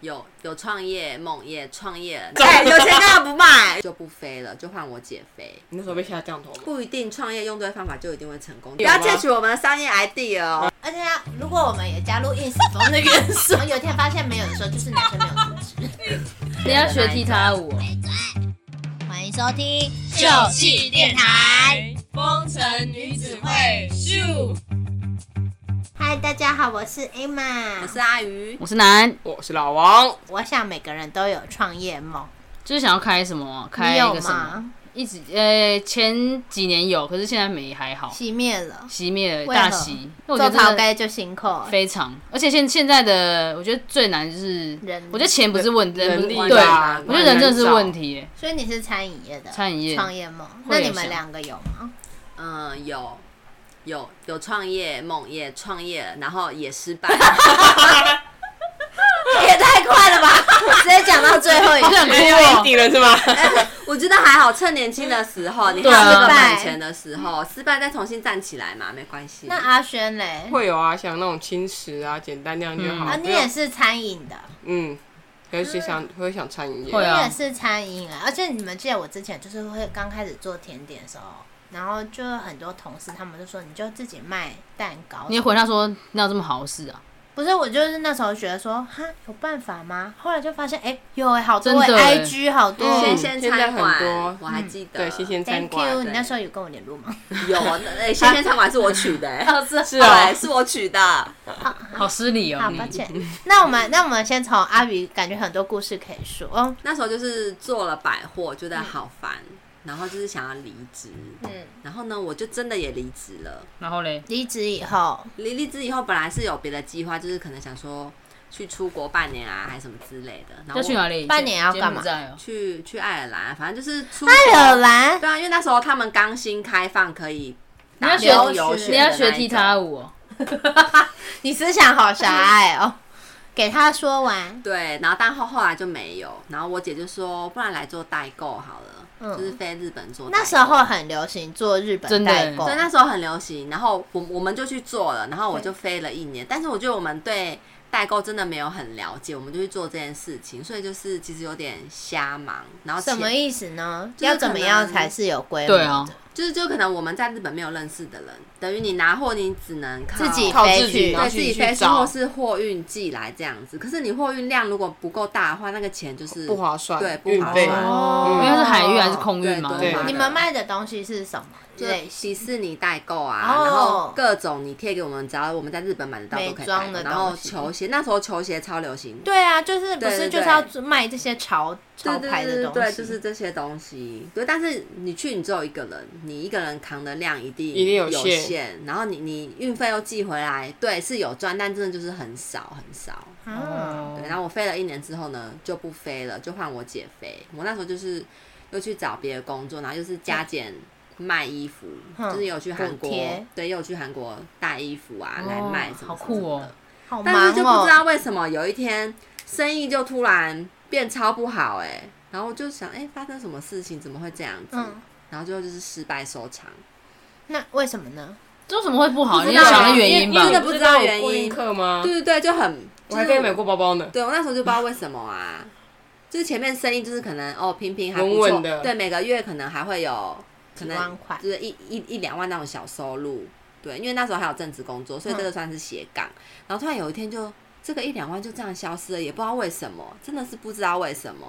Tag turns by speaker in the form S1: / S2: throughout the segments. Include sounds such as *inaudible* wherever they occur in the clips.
S1: 有有创业梦，也创业了，
S2: 哎有钱干嘛不卖？
S1: 就不飞了，就换我姐飞。
S2: 你那时候被下降头吗？
S1: 不一定创业用对方法就一定会成功，
S2: 不
S1: 不
S2: 要
S1: 要
S2: 窃
S1: 窃
S2: 取
S1: 取我们的商业 idea 哦。
S3: 而且啊，如果我们也加入应时风的元素，有一天发现没有的时候，就是男生没有素质。
S4: 你要学踢踏舞哦。
S3: 欢迎收听
S5: 秀气电台，风尘女子会咻。
S3: 嗨，大家好，我是 Emma
S1: 我。是阿鱼，
S4: 我是男，
S2: 我是老王，
S3: 我想每个人都有创业梦，
S4: 就是想要开什么，开
S3: 你
S4: 一
S3: 有
S4: 个什么，
S3: 吗？
S4: 一直呃前几年有，可是现在没还好，
S3: 熄灭了，
S4: 熄灭了
S3: 为何
S4: 大熄。那我
S3: 做
S4: 觉得
S3: 陶
S4: 真的
S3: 该就辛苦。
S4: 非常，而且现现在的我觉得最难就是
S3: 人，
S4: 我觉得钱不是问题，人
S2: 人
S4: 不是
S2: 力
S4: 对，
S2: 吧
S4: 我觉得人真的是问题耶。
S3: 所以你是餐饮业的，
S4: 餐饮业
S3: 创业梦。
S4: 会
S3: 那
S4: 有
S3: 你们
S4: 想
S3: 两个有吗？
S1: 嗯，有有有创业梦，也创业了，然后也失败。
S3: *laughs* 也太快了吧！ *laughs* 直接讲到最后一 *laughs*
S4: 好想
S3: 个，
S4: 哭
S2: 哎要
S4: 哦
S2: 一，底了是吗？
S1: 我觉得还好，趁年轻的时候，你还
S4: 对啊
S1: 有这个本钱的时候，失败再重新站起来嘛，没关系。
S3: 那阿轩嘞？
S2: 会有啊，想那种轻食啊，简单那样
S1: 嗯
S2: 就好。
S3: 啊，
S2: 不
S3: 你
S2: 用
S3: 也是餐饮的，
S2: 嗯，可是想会想餐饮业
S4: 会，
S3: 你
S1: 嗯
S4: 啊
S3: 也是餐饮啊。而且你们记得我之前就是会刚开始做甜点的时候，然后就很多同事他们就说你就自己卖蛋糕
S4: 你。回答说哪有这么好事啊？
S3: 不是，我就是那时候觉得说哈有办法吗？后来就发现哎、有哎、好多、
S4: 真的
S3: 哎
S4: 哎
S3: IG 好多。
S1: 新
S2: 嗯
S1: 鲜
S2: 现在
S1: 餐
S2: 很
S1: 馆
S2: 多，
S1: 我还记得，
S2: 对，新鲜餐
S3: Thank
S2: 馆
S3: you，
S2: 对
S3: 你那时候有跟我联络
S4: *laughs*
S3: 吗？
S1: 有，哎，新鲜餐馆是我取的，哎
S2: 是啊
S1: 对，，是我取的。
S4: 好失礼
S3: 好，
S4: 哦，
S3: 抱
S4: 你
S3: 歉。那我们那我们先从阿宇，感觉很多故事可以说。
S4: 嗯
S3: 哦
S1: 那时候就是做了百货，觉得好烦，然后就是想要离职。
S3: 嗯，
S1: 然后呢，我就真的也离职了。
S4: 然后嘞，
S3: 离职以后，
S1: 离离职以后，本来是有别的计划，就是可能想说去出国半年啊，还是什么之类的。然后
S4: 要
S1: 我
S4: 去哪里？
S3: 半年要干嘛
S4: 柬埔寨哦
S1: 去去爱尔兰，反正就是出
S3: 爱尔
S1: 兰。
S3: 兰
S1: 对啊，因为那时候他们刚新开放，可以
S4: 你要
S1: 打工
S4: 学
S1: 游
S3: 学
S4: 你要
S1: 的那
S4: 学
S1: 一
S4: 踢
S1: 种
S4: 踏舞哦，
S3: 你思想好狭隘哦。给他说完，
S1: 对，然后但后后来就没有。然后我姐就说，不然来做代购好了，
S3: 嗯
S1: 就是飞日本做代购。
S3: 那时候很流行做日本
S4: 真的
S3: 代购
S1: 对，，那时候很流行，然后我我们就去做了，然后我就飞了一年。但是我觉得我们对代购真的没有很了解，我们就去做这件事情，所以就是其实有点瞎忙。然后
S3: 什么
S1: 钱
S3: 意思呢？
S1: 就是
S3: 要怎么样才是有规模
S4: 对啊
S3: 的？，
S1: 就是就可能我们在日本没有认识的人，等于你拿货你只能靠
S3: 自己
S2: 靠
S3: 飞
S2: 自己
S3: 去
S2: 拿
S1: 对
S2: 去
S1: 自己
S2: 去
S1: 飞去
S2: 找
S1: 或是货运寄来这样子。可是你货运量如果不够大的话，那个钱就是
S2: 不划算，
S1: 对不
S2: 运
S1: 划
S2: 费
S1: 算
S4: 因
S3: 哦
S4: 为它是海运还是空运嘛？
S1: 对
S2: 对
S3: 你们卖的东西是什么
S1: 就
S3: 类
S1: 迪
S3: 型？
S1: 士尼代购啊，
S3: 哦
S1: 然后各种你贴给我们，只要我们在日本买得到都可
S3: 美
S1: 以
S3: 妆
S1: 代购。
S3: 的
S1: 然后
S3: 东西
S1: 球鞋，那时候球鞋超流行，
S3: 对啊，就是不
S1: 对
S3: 是
S1: 对
S3: 就是要卖这些潮潮牌的东西？
S1: 对，就是这些东西。对，但是你去，你只有一个人，你一个人扛的量一定
S2: 一定有
S1: 有
S2: 限
S1: 然后你你运费又寄回来，对，是有赚，但真的就是很少很少。
S3: 嗯，
S4: 哦
S1: 对，然后我飞了一年之后呢，就不飞了，就换我姐飞。我那时候就是又去找别的工作，然后又是加减卖衣服，
S3: 嗯
S1: 就是有去韩
S3: 补
S1: 国
S3: 贴，
S1: 对，也有去韩国带衣服啊来
S4: 哦
S1: 卖什么什么
S4: 好酷哦
S1: 的。
S3: 好
S1: 但
S3: 忙
S1: 是就不知
S3: 哦。
S1: 道为什么有一天生意就突然变超不好哎、然后我就想哎、发生什么事情怎么会这样子？
S3: 嗯，
S1: 然后最后就是失败收场，
S3: 那为什么呢？
S4: 这有什么会不好？
S1: 不
S4: 哦你
S1: 知
S4: 要
S1: 道
S4: 想
S1: 啊
S4: 个原因
S1: 因
S4: 吧
S1: 为。真的不知道原因
S2: 固定课吗
S1: 对？对对，就很
S2: 啊我还跟你买
S1: 就是
S2: 过包包呢。
S1: 对我那时候就不知道为什么啊，就是前面生意就是可能哦平平还不
S2: 稳
S1: 错，
S2: 稳的
S1: 对每个月可能还会有可
S3: 几万
S1: 能
S3: 块
S1: 就是一一一两万那种小收入，对，因为那时候还有正职工作，
S3: 嗯
S1: 所以这个算是斜杠。然后突然有一天就这个一两万就这样消失了，也不知道为什么，真的是不知道为什么。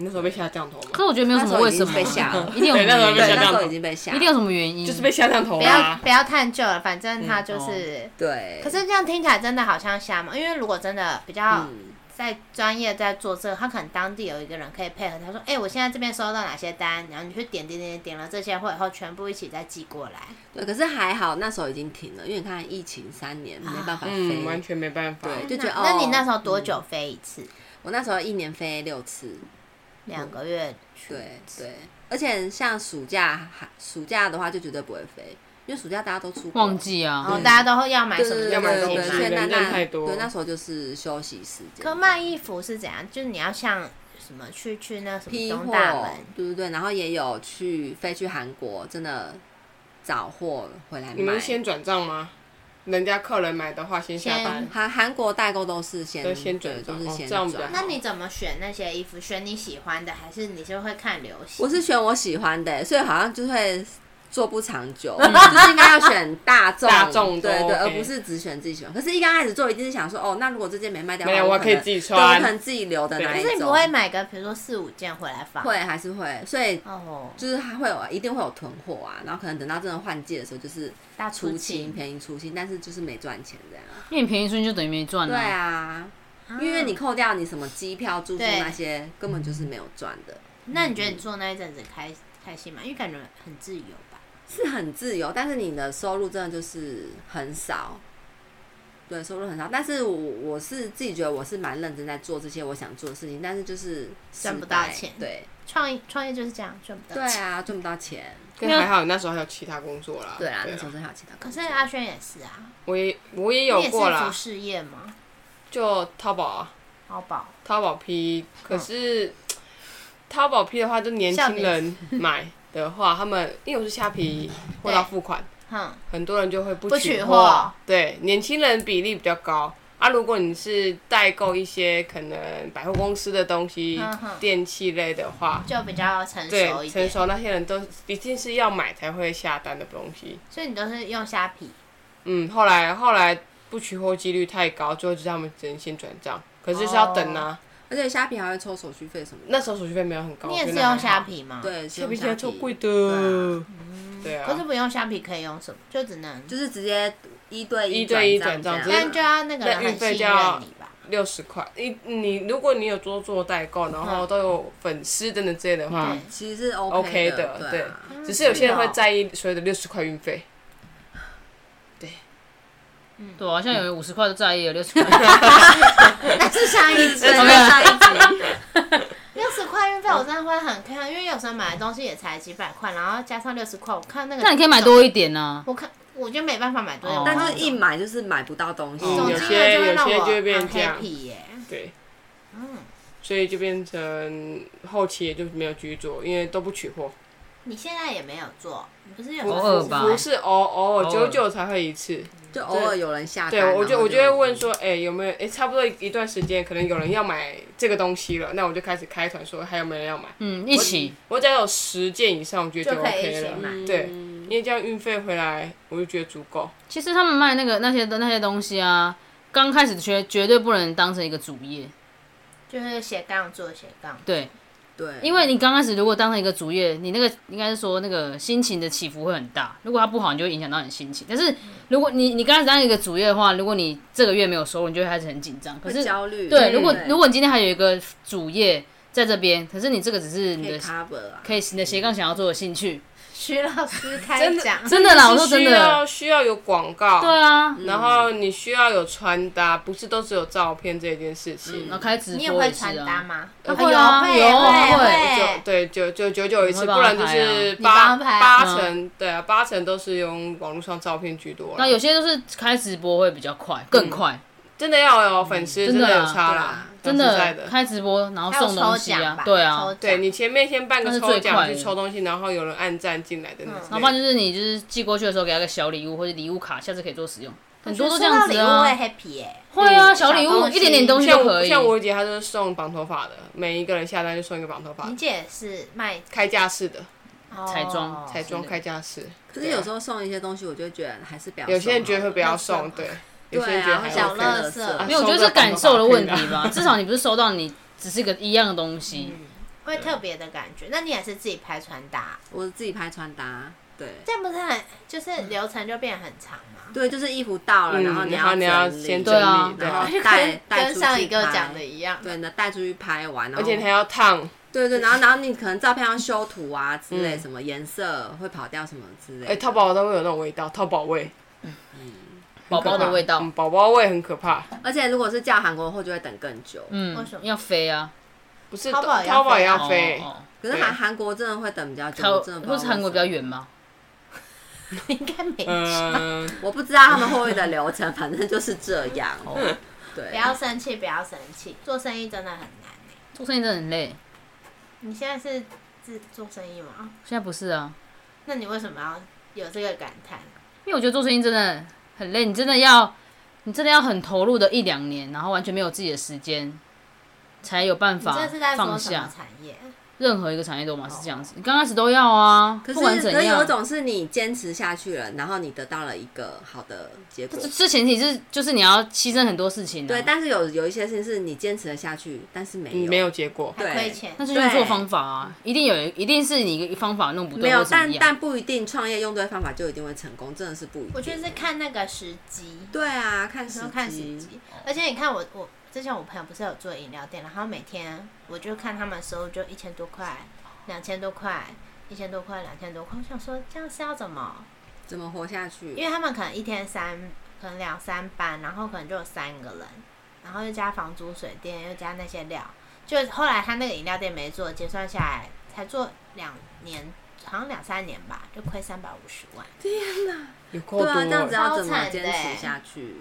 S2: 你那时候被下降头
S4: 可
S2: 吗？
S4: 是我觉得没有什么为什么
S1: 那时候已经被吓
S4: *laughs* 啊，
S1: 了
S4: 一定有什
S2: 对那时
S4: 么
S2: 候被
S1: 对，那
S2: 下
S4: 原
S1: 时
S2: 降
S1: 候
S2: 头
S1: 已经被吓了，
S4: 因，一定有什么原因，
S2: 就是被下降
S1: 啊
S2: 头啊
S3: 不要
S2: 啦。
S3: 不要探究了，反正他就
S4: 嗯哦
S3: 是。
S1: 对。
S3: 可是这样听起来真的好像瞎忙，因为如果真的比较
S1: 嗯，
S3: 在专业在做这个，他可能当地有一个人可以配合，他说：“哎、我现在这边收到哪些单，然后你去点点点点了这些货以后，全部一起再寄过来。
S1: 对，可是还好那时候已经停了，因为你看疫情三年没办法
S2: 嗯，
S1: 飞，
S2: 完全没办法。
S1: 对
S3: 那”
S1: 就觉得哦
S3: 那你那时候多久飞一次？
S1: 我那时候一年飞六次，
S3: 两个月去
S1: 嗯对
S3: 一次？
S1: 对，而且像暑假，还暑假的话就绝对不会飞，因为暑假大家都出国
S4: 忘，记
S3: 然后
S4: 啊。
S3: 大家都会要买
S1: 对
S3: 什
S1: 对
S3: 么
S1: 对
S2: 要
S3: 东
S1: 对
S2: 买东
S3: 西
S1: 对，
S2: 西
S1: 所以
S3: 嘛？
S1: 那
S2: 人
S1: 那
S2: 人太多
S1: 对那时候就是休息时间，
S3: 可卖衣服是怎样？就是你要像什么去去那什么
S1: 批
S3: 东
S1: 货
S3: 大门，，
S1: 对对对，然后也有去飞去韩国，真的找货回来卖。
S2: 你们是先转账吗？人家客人买的话，先下单
S3: 先。
S1: 韩韩国代购都是先
S2: 都先
S1: 对
S2: 转
S1: 都
S2: 账
S1: 是
S2: 哦
S1: 先
S2: 这样比较
S1: 转
S2: 好
S3: 那你怎么选那些衣服？选你喜欢的，还是你是会看流行？
S1: 我是选我喜欢的、所以好像就会做不长久， *laughs* 就是应该要选大众，
S2: 嗯 *laughs* 大众都
S1: 对对，
S2: OK
S1: 而不是只选自己喜欢。可是，一刚开始做，一定是想说，哦，那如果这件没卖掉的话，
S2: 没有
S1: 我
S2: 我可以
S1: 能
S2: 自己
S1: 对我
S2: 穿
S1: 可能自己留的
S2: 对
S1: 那
S2: 可
S1: 一
S3: 可
S1: 种。
S3: 是你不会买个，比如说四五件回来放？
S1: 会还是会，所以
S3: 哦，
S1: 就是还会有一定会有囤货啊，然后可能等到真的换季的时候，就是
S3: 大
S1: 出
S3: 出
S1: 清
S3: 清
S1: 便宜出清，但是就是没赚钱这样。
S4: 因为你便宜顺就等于没赚
S3: 嗯
S1: 对
S4: 啊。
S1: 啊，因为你扣掉你什么机票、住宿
S3: 对
S1: 那些，根本就是没有赚的。
S3: 那你觉得你做那一阵子开开心吗？因为感觉很自由吧？
S1: 是很自由，但是你的收入真的就是很少。对，收入很少，但是我我是自己觉得我是蛮认真在做这些我想做的事情，但是就是
S3: 赚
S1: 失
S3: 不到
S1: 败
S3: 钱
S1: 对
S3: 创业创业就是这样，赚不
S1: 对
S3: 到钱。哦
S1: 啊，赚不到钱。
S2: 但还好，你那时候还有其他工作啦。
S1: 对啊，那时候真还有其他工
S3: 可是
S1: 作。
S3: 阿轩也是啊，
S2: 我也我也
S3: 你
S2: 有
S3: 也是
S2: 过
S3: 服
S2: 啦，
S3: 饰业吗？
S2: 就淘宝啊，
S3: 淘宝
S2: 淘宝批，可是淘宝批的话，就年轻人买的话，他们因为我是虾皮货到付款，
S3: 哼，
S2: 很多人就会不
S3: 不取
S2: 取
S3: 货
S2: 货。对，年轻人比例比较高。啊，如果你是代购一些可能百货公司的东西
S3: 嗯哼、
S2: 电器类的话，
S3: 就比较成熟
S2: 对，
S3: 一
S2: 成
S3: 点，
S2: 熟那些人都一定是要买才会下单的东西。
S3: 所以你都是用虾皮。
S2: 嗯，后来后来不取货几率太高，就让他们只能先转账，可是是要等啊。
S1: 而且虾皮还会抽手续费什么的。
S2: 那时候手续费没有很高，
S3: 哦你也
S2: 我
S3: 是
S2: 觉哦得还好
S3: 用虾，皮吗？。
S1: 对，
S2: 虾
S1: 虾
S2: 皮现在超贵的。 *laughs* 对啊，
S3: 可是不用虾皮可以用什么？就只能，
S1: 就是直接一对
S2: 一对一
S1: 转账
S2: 转账
S1: 这
S2: 只
S1: 样。
S2: 是
S3: 但就要那个人
S2: 那运
S3: 很
S2: 费
S3: 信
S2: 就
S3: 任
S2: 要
S3: 你吧。
S2: 六十块。你你如果你有多做代购，然后
S3: 嗯
S2: 都有粉丝等等之类的话
S3: 对，
S1: 其实是 OK
S2: ，OK
S1: 的，
S2: 的，
S1: 对
S2: 对 *laughs*
S1: 啊。。
S2: 啊只是有些人
S3: 是哦
S2: 会在意所谓的六十块运费，
S4: 对啊，像有五十块都在意了，六十块 *laughs*
S3: 那是上一
S2: *laughs*
S3: 集
S1: 对，上一集
S3: *laughs* 六十块运费，我真的会很看，因为有时候买的东西也才几百块，然后加上六十块，我看那个，
S4: 那你可以买，多一点啊呢、
S3: 我看我就没办法买多，
S4: 哦
S3: 我
S1: 但
S3: 看
S1: 是一买就是买不到东西，
S2: 嗯
S3: 总
S2: 有
S3: 金
S2: 些
S3: 额就会
S2: 有
S3: 让
S2: 些
S3: 我
S2: 就会变
S3: 很
S2: 这样
S3: happy 耶。
S2: 对，
S3: 嗯，
S2: 所以就变成后期也就没有继续做，因为都不取货，
S3: 你现在也没有做，你不是有
S2: 不
S4: 偶尔吧
S2: 不是偶偶尔
S4: 偶尔
S2: 久久才会一次。
S1: 就偶尔有人下单。
S2: 对，我
S1: 然
S2: 就
S1: 后
S2: 我就会问说，哎、有没有？哎、差不多一段时间，可能有人要买这个东西了，那我就开始开团说还有没有人要买。
S4: 嗯，一起
S2: 我只要有十件以上，我觉得
S3: 就可以一
S2: OK
S3: 起
S2: 了
S3: 买。
S2: 对，因为这样运费回来，我就觉得足够。
S4: 其实他们卖那个那些的那些东西啊，刚开始绝绝对不能当成一个主业，
S3: 就是斜杠做斜杠，
S4: 对，
S1: 对，
S4: 因为你刚开始如果当成一个主业，你那个应该是说那个心情的起伏会很大，如果它不好，你就会影响到你心情。但是如果你你刚开始当一个主业的话，如果你这个月没有收入，你就会开始很紧张。可
S1: 会
S4: 是
S1: 焦虑。
S4: 对，如果
S1: 对
S4: 如果你今天还有一个主业在这边，可是你这个只是你
S1: 可以
S4: 的
S1: cover 啊，
S4: 可以你的斜杠想要做的兴趣，
S3: 徐老师开讲，
S4: 真的啦，我
S2: 是
S4: 说真
S2: 啊需
S4: 的，
S2: 要需要有广告，
S4: 对啊，
S2: 然后你需要有穿搭，不是都只有照片这件事情。
S4: 然后开直
S3: 你
S4: 播
S3: 也
S4: 也
S3: 会
S4: 是
S3: 穿搭
S4: 啊，
S3: 吗？
S4: 呃会啊
S3: 哎呦
S4: 有
S3: 会
S4: 会啊
S2: 就对，就就久久一次，
S4: 你会
S2: 不然就
S4: 帮他拍
S2: 是
S4: 啊
S3: 你
S2: 八
S3: 帮他拍啊
S2: 八成，对啊，八成都是用网络上照片居多啦。
S4: 那有些都是开直播会比较快，更快，
S2: 真的要有粉丝，
S4: 真
S2: 真
S4: 的啊
S2: 的有差
S1: 对
S2: 啦
S1: 啊，
S2: 讲
S4: 真
S2: 实在
S4: 的
S2: 的。
S4: 开直播然后
S3: 还有
S4: 送东
S3: 抽
S4: 西
S3: 奖
S4: 啊
S3: 吧，，
S4: 对啊，
S2: 对你前面先办
S4: 那
S2: 个
S4: 是
S2: 抽
S4: 最
S2: 奖
S4: 快
S2: 去
S4: 的
S2: 抽东西，然后有人按赞进来的那
S3: 嗯
S4: 要不然
S2: 种。
S4: 就是你就是寄过去的时候给他个小礼物或者礼物卡，下次可以做使用，很多都
S3: 收
S4: 这
S3: 到
S4: 样
S3: 礼
S4: 子
S3: 物会
S4: 啊，
S3: happy 耶。
S4: 会啊，
S3: 嗯
S4: 小礼
S3: 小
S4: 物
S3: 东西
S4: 一点点东西
S2: 像
S4: 就
S2: 我
S4: 可以，
S2: 像我姐，她就是送绑头发的，每一个人下单就送一个绑头发
S3: 你，姐是卖
S2: 开架式的，
S4: 彩妆
S3: 哦
S2: 彩妆
S4: 哦是的
S2: 开架式。啊
S1: 可
S4: 啊
S1: 是有时候送一些东西，我就会觉得还是比较啊
S2: 有些人觉得会不要
S3: 送
S2: 送，
S3: 好
S2: 对，有些
S1: 对
S2: 人觉得
S1: 啊，
S2: 还
S1: 会
S3: 小
S1: 浪
S2: 有
S1: 费
S3: 垃
S1: 垃
S3: 圾
S1: 圾
S4: 没有，我觉得是感受的问题吧，至少你不是收到你只是一个一样的东西，
S3: 会特别的感觉。那你也是自己拍穿搭，
S1: 我自己拍穿搭，对
S3: 这样不是很就是流程就变得很长吗？
S1: 对，就是衣服到了，
S2: 嗯
S1: 然后
S2: 然后你要
S1: 整理
S2: 先
S4: 对啊
S2: 整理，对
S1: 然后
S2: 啊，
S1: 带带
S3: 跟
S1: 出
S3: 上
S1: 去
S3: 一个
S1: 拍
S3: 讲的一样，
S1: 对，你的带出去拍完，然
S2: 而
S1: 后
S2: 且你还要烫，
S1: 对对，然后然后你可能照片要修图啊之类，
S2: 嗯
S1: 什么颜色会跑掉什么之类的。
S2: 哎，淘宝都会有那种味道，淘宝味，
S4: 宝宝的味道
S2: 嗯，宝宝味很可怕。
S1: 而且如果是叫韩国货，就会等更久。
S4: 嗯
S3: 为什么，
S4: 要飞啊，
S2: 不是
S3: 淘宝也要
S2: 淘宝也
S3: 飞啊
S2: 要飞，
S4: 哦
S1: 可是
S2: 对啊
S1: 韩韩国真的会等比较久，
S4: 哦
S1: 我真的不知道
S4: 或是韩国比较
S1: 为什么，
S4: 远吗？
S3: *laughs* 应该没事。
S2: 嗯，
S4: 哦
S1: 我不知道他们货运的流程，反正就是这样。
S4: 哦
S1: 对，
S3: 不要生气，不要生气，做生意真的很难欸。
S4: 做生意真的很累，
S3: 你现在是自做生意吗？
S4: 现在不是啊，
S3: 那你为什么要有这个感叹？
S4: 因为我觉得做生意真的很累，你真的要，你真的要很投入的一两年，然后完全没有自己的时间，才有办
S3: 你
S4: 法
S3: 这是在说什
S4: 放
S3: 么
S4: 下。
S3: 产业？
S4: 任何一个产业都嘛是这样子，你刚开始都要啊，
S1: 可
S4: 不管
S1: 是，
S4: 怎
S1: 可是有
S4: 样
S1: 一。种是你坚持下去了，然后你得到了一个好的结果
S4: 这。这前提是就是你要牺牲很多事情、啊，
S1: 对，但是有有一些事情是你坚持了下去，但是
S4: 嗯
S1: 没有
S2: 嗯没有结果。
S1: 对
S3: 亏钱
S4: 那就用做方法啊，一定有人，一定是你一个方法弄不对
S1: 没有
S4: 或，怎么
S1: 但
S4: 样。
S1: 但不一定创业用对方法就一定会成功，真的是不一定。啊
S3: 我觉得是看那个时机，
S1: 对啊，看时
S3: 时候看时
S1: 机。
S3: 机。而且你看我我之前我朋友不是有做饮料店，然后每天我就看他们收入就一千多块、两千多块、一千多块、两千多块，我想说这样是要怎么？
S1: 怎么活下去？
S3: 因为他们可能一天三，可能两三班，然后可能就有三个人，然后又加房租、水电，又加那些料，就后来他那个饮料店没做，结算下来才做两年，好像两三年吧，就亏三百五十万。
S2: 有够
S1: 对
S2: 多
S1: 啊，这样子
S2: 欸，
S1: 要怎
S3: 超
S1: 么
S3: 惨的
S1: 坚
S3: 欸
S1: 持下去？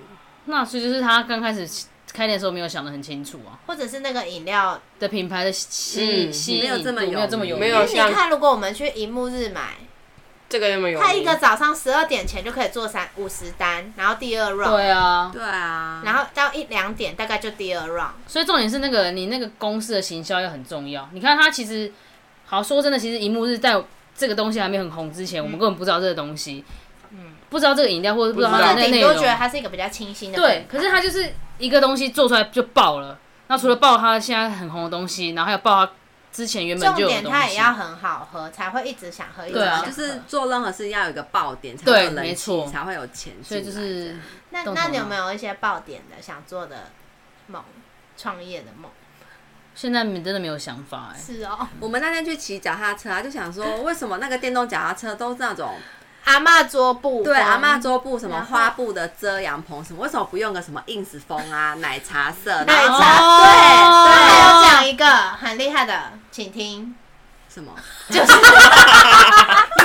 S4: 那所以就是他刚开始开店的时候没有想得很清楚啊，
S3: 或者是那个饮料，
S4: 的品牌的吸
S1: 嗯
S4: 吸
S1: 没有
S4: 引
S1: 这
S4: 度
S1: 么
S4: 没
S1: 有
S4: 有这么
S1: 名
S4: 有
S2: 没
S4: 名
S2: 有
S3: 你
S2: 像
S3: 看，如果我们去荧幕日买，
S2: 这个有没有？
S3: 他一个早上十二点前就可以做三五十单，然后第二 round，
S4: 对啊，
S1: 对啊，
S3: 然后到一两点大概就第二 round，
S4: 所以重点是那个你那个公司的行销要很重要。你看他其实，好说真的，其实荧幕日在这个东西还没很红之前，我们根本不知道这个东西，嗯，不知道这个饮料或者不知道
S2: 不知道
S4: 它
S3: 或
S4: 的
S3: 者
S4: 那个
S3: 顶
S4: 内
S3: 多
S4: 容
S3: 觉，得它是一个比较清新的品牌。
S4: 嗯对，可是它就是一个东西做出来就爆了。那除了爆它现在很红的东西，然后还有爆它之前原本
S3: 重
S4: 就有的
S3: 点
S4: 东西，
S3: 它也要很好喝，才会一直想喝。一直
S4: 对啊
S3: 想喝
S1: 就是做任何事要有一个爆点，才会
S4: 对
S1: 有人
S4: 没
S1: 气，
S4: 错
S1: 才会有钱进来。
S4: 所以就是
S3: 那
S4: 动
S3: 那
S4: 头
S3: 你有
S4: 脑
S3: 没有一些爆点的想做的梦？创业的梦
S4: 现在真的没有想法哎、
S3: 是哦，
S1: 我们那天去骑脚踏车啊，就想说为什么那个电动脚踏车都是那种
S3: 阿嬷桌布
S1: 对
S3: 风
S1: 阿嬷桌布什么
S3: 然后
S1: 花布的遮阳棚什么，为什么不用个什么 ins 风
S3: *laughs*
S1: 啊、奶茶色，然
S3: 奶
S1: 后
S3: 茶
S4: 哦
S3: 对，他还有讲一个很厉害的，请听，
S1: 什么？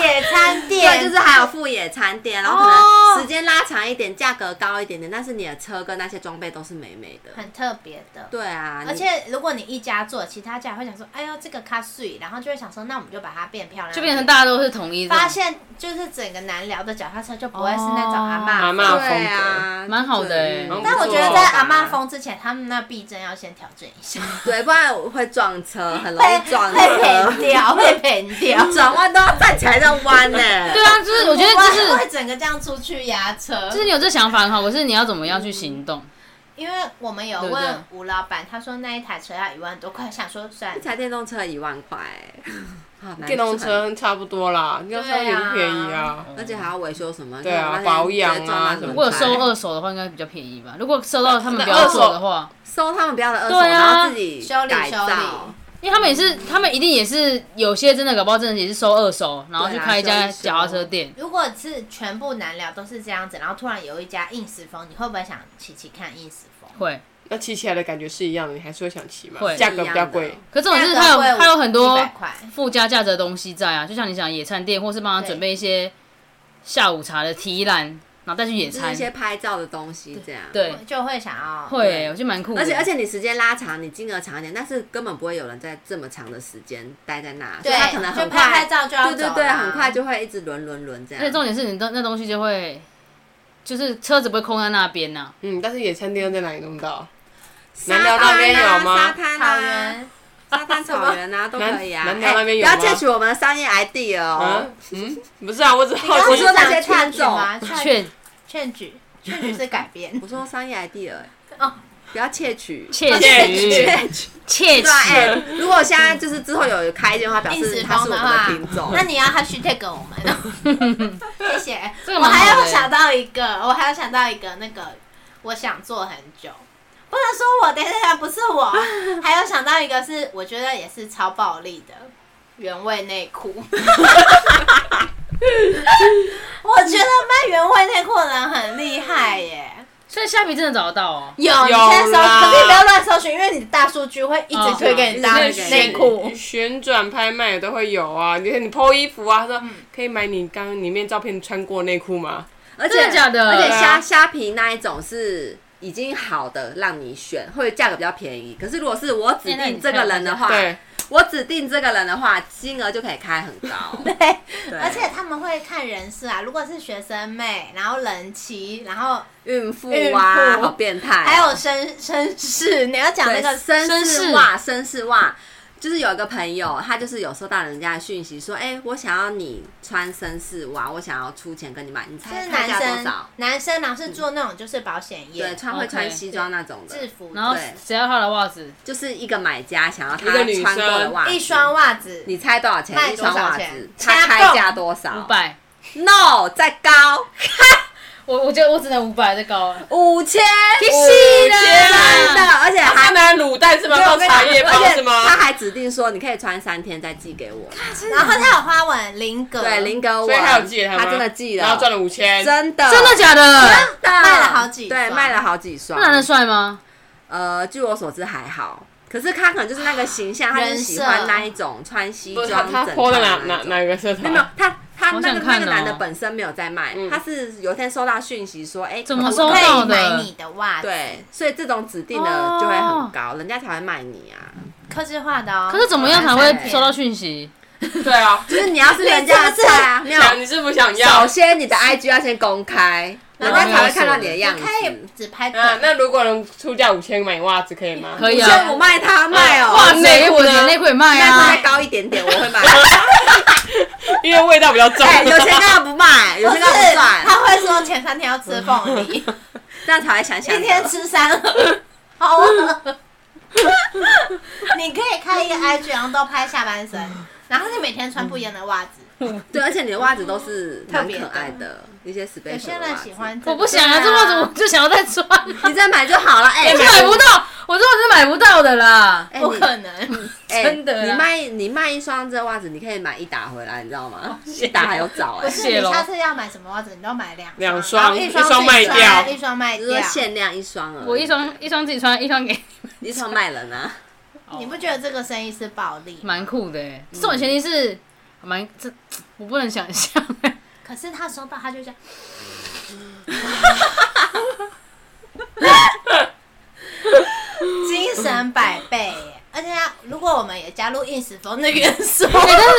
S3: 野餐店
S1: 对，就是还有副野餐店，然后可
S3: 哦
S1: 能时间拉长一点，价格高一点点，但是你的车跟那些装备都是美美的。
S3: 很特别的。
S1: 对啊，
S3: 而
S1: 你
S3: 且如果你一家做，其他家会想说，哎呦这个咖碎，然后就会想说，那我们就把它变漂亮一点，
S4: 就变成大家都是统一的，
S3: 发现就是整个难聊的脚踏车就不会是那种阿嬷。
S2: 阿嬷风格
S1: 对啊，
S4: 蛮好的欸
S1: 嗯
S3: 但我
S2: 不
S3: 觉得
S2: 错啊
S3: 在阿嬷风之前，他们那避震要先调整一
S4: *laughs*
S3: 下，
S1: 对，不然我会撞
S3: *laughs*
S1: 车，很容
S3: 会
S1: 易撞
S3: 会
S1: 车
S3: 平，掉，会平
S4: *laughs*
S3: 掉。
S1: 转弯都要站起来这样弯呢、 *laughs*
S4: 对啊，就是我觉得就
S3: 我
S4: 是
S3: 会整个这样出去压车
S4: 就，是你有这想法很好，可是你要怎么样去行
S3: 嗯
S4: 动？
S3: 因为我们有
S4: 对不对
S3: 问吴老板，他说那一台车要一万多块，想说算
S1: 一
S3: 了，
S1: 台电动车一万块、好难赚
S2: 电动车差不多啦，电动车也不便宜啊。
S1: 而且还要维修什么？
S2: 对啊
S1: 你看我那天
S2: 保养啊
S1: 直接撞到轮
S2: 什么
S4: 如果有收
S1: 胎
S4: 二手的话，应该比较便宜吧。如果收到他们不要做的话，
S3: 嗯
S1: 收他们不要的二手，
S4: 对啊
S1: 然后自己
S3: 修理
S1: 改
S3: 修
S1: 造
S3: 理
S4: 因为他们也是，他们一定也是有些真的搞不好真的也是收二手，然后去开一
S1: 对啊
S4: 家
S1: 收一收
S4: 脚踏车店。
S3: 如果是全部难聊都是这样子，然后突然有一家硬时风，你会不会想骑骑看硬时风？
S4: 会，
S2: 那骑起来的感觉是一样的，你还是会想骑嘛？
S4: 会
S2: 价格比较贵，
S4: 可这种就是它
S3: 价格
S4: 有
S3: 会
S4: 它有很多
S3: 100块
S4: 附加价值的东西在啊，就像你讲野餐店，或是帮他准备一些下午茶的提篮，然后再去野
S1: 就是
S4: 餐
S1: 一。些拍照的东西这样。。
S4: 对，
S3: 就会想要
S4: 会欸，我觉得蛮酷的。
S1: 而且而且你时间拉长，你金额长一点，但是根本不会有人在这么长的时间待在那，所
S3: 对
S1: 以他可能很
S3: 就拍拍
S1: 快，
S3: 照就啊要
S1: 对对
S3: 走
S1: 对，
S3: 啦
S1: 很快就会一直轮轮轮这
S4: 而且
S1: 样。
S4: 重点是你的那东西就会，就是车子不会空在那边呐、
S2: 嗯，但是野餐店又在哪里弄到？
S1: 沙
S2: 南寮那边
S1: 滩啊
S2: 有吗
S1: 沙滩
S3: 草
S1: 啊，
S3: 原。
S1: 沙滩草原啊，都可以啊。
S2: 南南寮那边有
S1: 哎
S2: 吗
S1: 不要窃取我们的商业 idea 哦
S2: 嗯。嗯，不是啊，我只好
S1: 我
S2: 奇
S1: 说那些
S3: 劝
S1: 听
S3: 举
S1: 众
S3: 吗？劝
S4: 劝
S3: 劝举，劝举是改编
S1: 我说商业 idea，
S3: 哦。
S1: 不要窃取。
S4: 窃
S1: *laughs*
S2: 窃
S4: 取
S2: 取
S3: *laughs*
S4: 窃
S1: 对啊，哎、
S4: 取，
S1: 如果现在就是之后有开一间的话，表
S3: 硬时
S1: 示他
S3: 风
S1: 是我们
S3: 话
S1: 的听众，。
S3: *laughs* 那你要 hashtag 我们 *laughs* 哦，谢谢。
S4: 这个
S3: 我
S4: 蛮好
S3: 还
S4: 的
S3: 要想到一个，我还要想到一个那个，我想做很久。不能说我，等一下不是我，还有想到一个是，我觉得也是超暴力的原味内裤。我觉得卖原味内裤的人很厉害耶。
S4: 所以虾皮真的找得到哦。
S3: 有，你
S2: 有
S3: 先搜，
S2: 啦
S3: 可是你不要乱搜寻，因为你的大数据会一直推给你搭
S1: 哦
S2: 那
S1: 一直推给
S3: 内
S1: 你
S3: 裤。
S2: 旋转拍卖也都会有啊。你看你剖衣服啊，他
S3: 嗯
S2: 说可以买你刚刚里面照片穿过内裤吗？
S1: 而且
S4: 真的假的
S1: 而且
S2: 对啊
S1: 虾虾皮那一种是已经好的让你选，会价格比较便宜。可是如果是我指
S4: 哎那你
S1: 定这个人的话，
S2: 对，
S1: 我指定这个人的话，金额就可以开很高。
S3: *laughs* 对，
S1: 对
S3: 而且他们会看人事啊，如果是学生妹，然后人妻，然后
S1: 孕妇
S3: 孕妇
S1: 啊，好变态哦、
S3: 还有绅绅士，你要讲那
S1: 对
S3: 个
S1: 绅
S4: 士
S1: 士袜，绅士袜。就是有一个朋友，他就是有收到人家的讯息说，哎、我想要你穿绅士袜，我想要出钱跟你买，你
S3: 就
S1: 猜
S3: 是
S1: 开
S3: 男
S1: 价多
S3: 生
S1: 少？，
S3: 男生然后是做那种就是保险
S1: 对，
S3: 业
S1: 穿会穿
S4: OK
S1: 西装那种的，
S3: 制服的，
S4: 然后
S1: 对
S4: 谁要他的袜子？
S1: 就是一个买家想要他
S2: 一个女
S1: 穿过的
S2: 生
S1: 袜子，
S3: 一双袜子，
S1: 你猜多少钱？
S3: 卖
S1: 一
S3: 多少
S1: 双袜
S3: 钱
S1: 子，它
S3: 掐
S1: 开
S3: 动
S1: 价多少
S4: 五百，
S1: ？No，再高
S4: 我我觉得我只能五百再高了。
S1: 五千，
S4: 去
S1: 五
S4: 死啦
S1: 千真的，而且
S2: 他
S1: 还
S2: 拿卤蛋是吗？
S1: 我
S2: 放
S1: 跟你
S2: 茶叶
S1: 讲
S2: 包
S1: 而
S2: 是
S1: 且
S2: 吗？
S1: 他还指定说你可以穿三天再寄给我，
S3: 然后他有花纹菱格，
S1: 对，林格我，
S2: 所以他有寄给他吗？
S1: 他真的寄了，
S2: 然后赚了五千，
S1: 真的
S4: 真的假的？
S1: 真的
S3: 卖了好几
S1: 对，
S3: 双
S1: 卖了好几双
S4: 那。男的帅吗？
S1: 呃，据我所知还好，可是他可能就是那个形象，他就是
S3: 人
S1: 喜
S3: 设
S1: 欢那一种穿西
S2: 不
S1: 装
S2: 是他他
S1: 整
S2: 泼的
S1: 套
S2: 哪
S1: 那一
S2: 哪
S1: 种
S2: 哪个社
S1: 没
S2: 团？
S1: 有没有，他他
S4: 好
S1: 那
S4: 想
S1: 个那
S4: 看
S1: 个男的
S4: 哦
S1: 本身没有在卖，
S2: 嗯
S1: 他是有一天收到讯息说，哎，
S4: 怎么
S1: 可不
S4: 收
S1: 可以
S3: 可
S4: 到
S3: 以
S4: 的
S3: 买你的袜子，
S1: 对，所以这种指定的就会很高，人家才会卖你啊。
S3: 刻制化的哦。
S4: 可是怎么样才会收到讯息？
S2: 对啊，
S1: 就是你要是人家的菜啊， *laughs* 没有，
S2: 想你是不想
S1: 首
S2: 要？
S1: 先你的 IG 要先公开，人家才会看到你的样
S3: 你
S1: 子。
S3: 可以只拍腿，
S2: 嗯，那如果能出价五千买袜子可以吗？
S4: 可以
S1: 五
S4: 啊
S1: 千五卖他卖哦，
S4: 哇，
S1: 五千
S4: 内
S2: 内
S4: 裤
S2: 裤
S4: 我
S2: 呢
S4: 连内裤也卖
S1: 内裤
S4: 啊
S1: 再！高一点点我会买。
S2: 因为味道比较重。
S1: 哎，有钱干嘛不卖？有
S3: 不
S1: 钱
S3: 是
S1: 干嘛不赚？
S3: 他会说前三天要吃凤梨，一
S1: 这样才会想啊想。
S3: 天吃三
S4: *laughs*
S3: 盒，好饿。 *laughs* 你可以开一
S4: 嗯
S3: 个 IG，然后都拍下半身，然后你每天穿不一样的袜子。
S1: 对，而且你的袜子都是蛮可爱
S3: 特别
S1: 的，一些 special
S3: 有些
S1: 的袜
S3: 人
S1: 子
S3: 喜，欢这个，
S4: 嗯我不想啊，这袜子我就想要再穿，我 *laughs*
S1: 你再买就好了。哎，
S4: 就买不到，我这袜子买不到的啦。
S1: 哎，
S3: 不
S1: 你
S3: 可能。
S1: 哎
S4: 真的啦
S1: 你卖你卖一双这袜子，你可以买一打回来，你知道
S4: 哦
S1: 吗？一打还有找哎
S3: 不，是
S4: 谢
S3: 你
S4: 咯
S3: 下次要买什么袜子，你都买两
S2: *laughs* 两双
S3: 双，然后一
S2: 一双
S3: 自己
S2: 卖
S3: 穿
S2: 掉
S3: 一双卖
S1: 就是说
S3: 掉。
S1: 限量一双而已
S4: 我一双一双自己穿，一双给
S1: 一双卖人啊，
S3: 你不觉得这个生意是暴利？
S4: 蛮酷的欸。这种前提是哎蛮这，我不能想象。
S3: 可是他收到他就
S4: *laughs*
S3: 这样，精神百倍耶。而且他如果我们也加入硬史风的元素，